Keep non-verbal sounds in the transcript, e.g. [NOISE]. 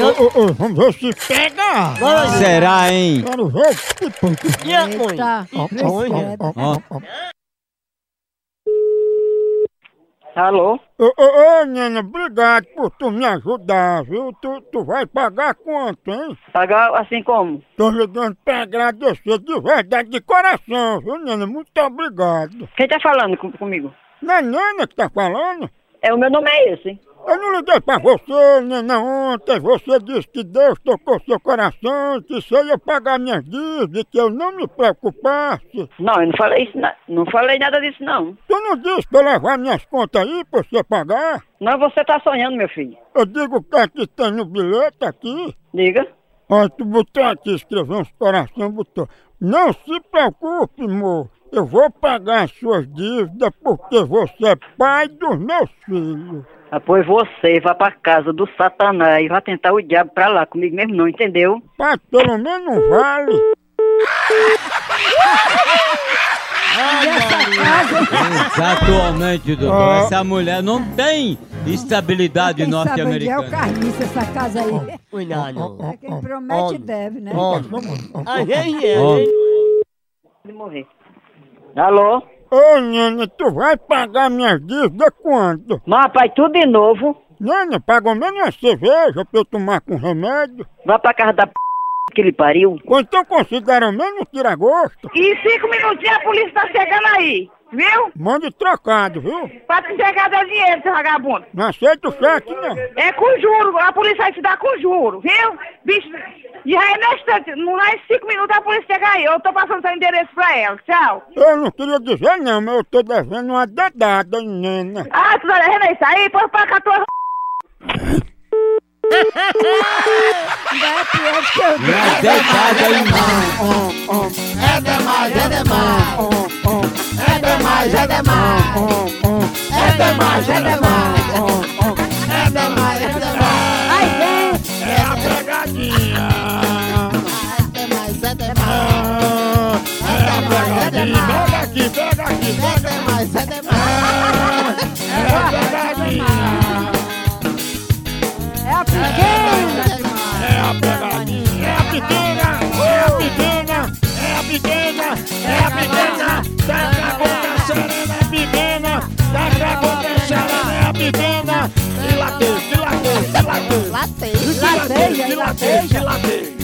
ô, ô, vamos ver se pega! Será, hein? Quero ver se pipoca. E a cunha? Tá. [LAUGHS] Ó, ó, ó, ó, ó. Alô? Ô, ô, ô, Nena, obrigado por tu me ajudar, viu? Tu, tu vai pagar quanto, hein? Pagar assim como? Tô ligando pra agradecer de verdade, de coração, viu, Nena? Muito obrigado. Quem tá falando com- comigo? Não é Nena que tá falando? É, o meu nome é esse. Eu não liguei pra você, Nena, ontem. Você disse que Deus tocou seu coração, que se eu ia pagar minhas dívidas, que eu não me preocupasse. Não, eu não falei isso, na- não falei nada disso não. Tu não disse pra eu levar minhas contas aí pra você pagar? Não, você tá sonhando, meu filho. Eu digo pra que tem no bilhete aqui. Diga. Ó, tu botou aqui, escreveu uns coração, botou. Não se preocupe, amor. Eu vou pagar as suas dívidas porque você é pai dos meus filhos. Ah, pois você vai pra casa do satanás e vai tentar o diabo pra lá comigo mesmo não, entendeu? Pai, pelo menos um vale. Exatamente, doutor. Ah. Essa mulher não tem estabilidade Quem sabe onde é o norte-americana. carniça essa casa aí. Cuidado. É quem promete deve, né? A gente é. Ó, De morrer. Alô? Ô, Nina, tu vai pagar minhas dívidas quando? Mas, rapaz, tudo de novo. Nina, paga ao menos uma cerveja pra eu tomar com remédio. Vai pra casa da p... que ele pariu. Ou então considera ao menos um tira-gosto. Em cinco minutinhos a polícia tá chegando aí, viu? Mande trocado, viu? Pra te entregar teu dinheiro, seu vagabundo. Não aceita o cheque, não. É com juro, a polícia vai te dar com juro, viu? Bicho, e aí na instante, não lá em cinco minutos a polícia chega aí. Eu tô passando seu endereço pra ela, tchau. Eu não queria dizer não, mas eu tô devendo uma dedada, hein, Nina. Ah, tu tá devendo isso aí? Pô, pra cá tua... Ainda é pior que eu dei. Uma deitada aí, É demais, é demais. É demais, é demais. É demais, é demais. É demais, é demais. Ai, vem! É a pegadinha. É demais, é demais. É a pegadinha. Pega aqui, pega aqui, É demais, é demais. é a pegadinha. É a pequena! É demais. É a pegadinha. É a pequena, é a pequena, é a pequena, é a pequena. Tá pra acontecer, é a pequena. Tá pra acontecer, é a pequena. Dilatei, dilatei, dilatei. Latei. Lateja, lateja! dilatei.